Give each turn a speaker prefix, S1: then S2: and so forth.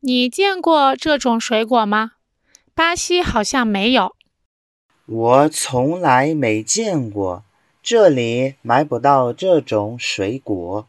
S1: 你见过这种水果吗？巴西好像没有。
S2: 我从来没见过，这里买不到这种水果。